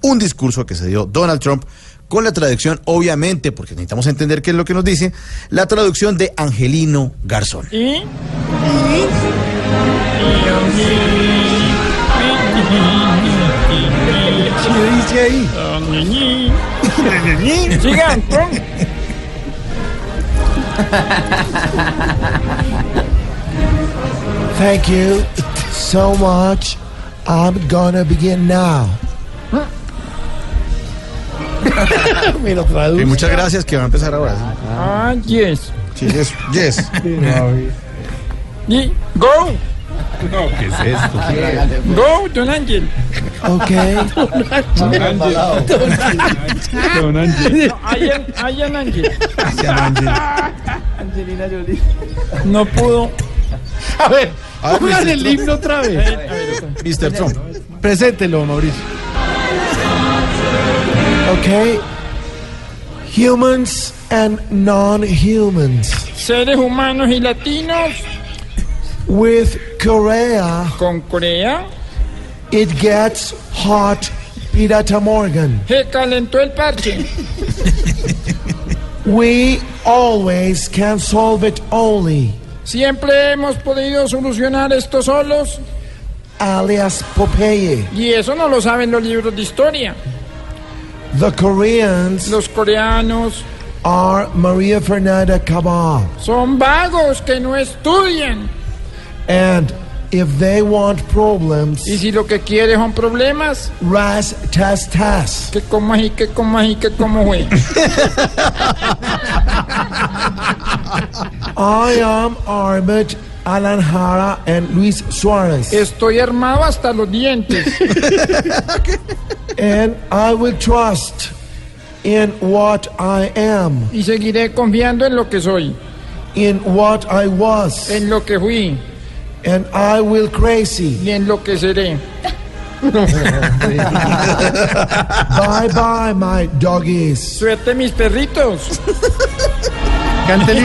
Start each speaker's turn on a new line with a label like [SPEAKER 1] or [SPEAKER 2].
[SPEAKER 1] Un discurso que se dio Donald Trump con la traducción, obviamente, porque necesitamos entender qué es lo que nos dice, la traducción de Angelino Garzón.
[SPEAKER 2] ¿Y?
[SPEAKER 1] ¿Qué dice ahí?
[SPEAKER 2] Sigan, Trump.
[SPEAKER 3] Thank you so much. I'm gonna begin now. Me lo
[SPEAKER 1] Y
[SPEAKER 3] traduce.
[SPEAKER 1] muchas gracias que va a empezar ahora.
[SPEAKER 2] Ah, yes.
[SPEAKER 1] Sí, yes, yes.
[SPEAKER 2] Y- Go. No, ¿qué es esto? Go, Don Ángel.
[SPEAKER 3] Okay.
[SPEAKER 2] I am, I am Ángel. No pudo.
[SPEAKER 3] A ver,
[SPEAKER 1] A ver,
[SPEAKER 3] pongan
[SPEAKER 1] Mr.
[SPEAKER 3] el himno otra vez.
[SPEAKER 1] Mr. Trump.
[SPEAKER 3] Preséntelo, Mauricio. Okay. Humans and non-humans.
[SPEAKER 2] Seres humanos y latinos
[SPEAKER 3] With Korea,
[SPEAKER 2] con Corea.
[SPEAKER 3] it gets hot. Pirata Morgan.
[SPEAKER 2] Se calentó el parche.
[SPEAKER 3] We always can solve it only.
[SPEAKER 2] Siempre hemos podido solucionar esto solos.
[SPEAKER 3] Alias Popeye.
[SPEAKER 2] Y eso no lo saben los libros de historia.
[SPEAKER 3] The Koreans
[SPEAKER 2] Los coreanos
[SPEAKER 3] are Maria Fernanda Cabal.
[SPEAKER 2] son vagos que no estudian.
[SPEAKER 3] And if they want problems,
[SPEAKER 2] Y si lo que quiere son problemas,
[SPEAKER 3] ras tas tas.
[SPEAKER 2] que como así, que como así, que como fue.
[SPEAKER 3] I am Armit Alanjara and Luis Suarez.
[SPEAKER 2] Estoy armado hasta los dientes.
[SPEAKER 3] and I will trust in what I am,
[SPEAKER 2] Y seguiré confiando en lo que soy,
[SPEAKER 3] in what I was,
[SPEAKER 2] en lo que fui
[SPEAKER 3] and I will crazy.
[SPEAKER 2] y en lo que seré.
[SPEAKER 3] bye bye, my doggies.
[SPEAKER 2] Suerte mis perritos.
[SPEAKER 3] Cante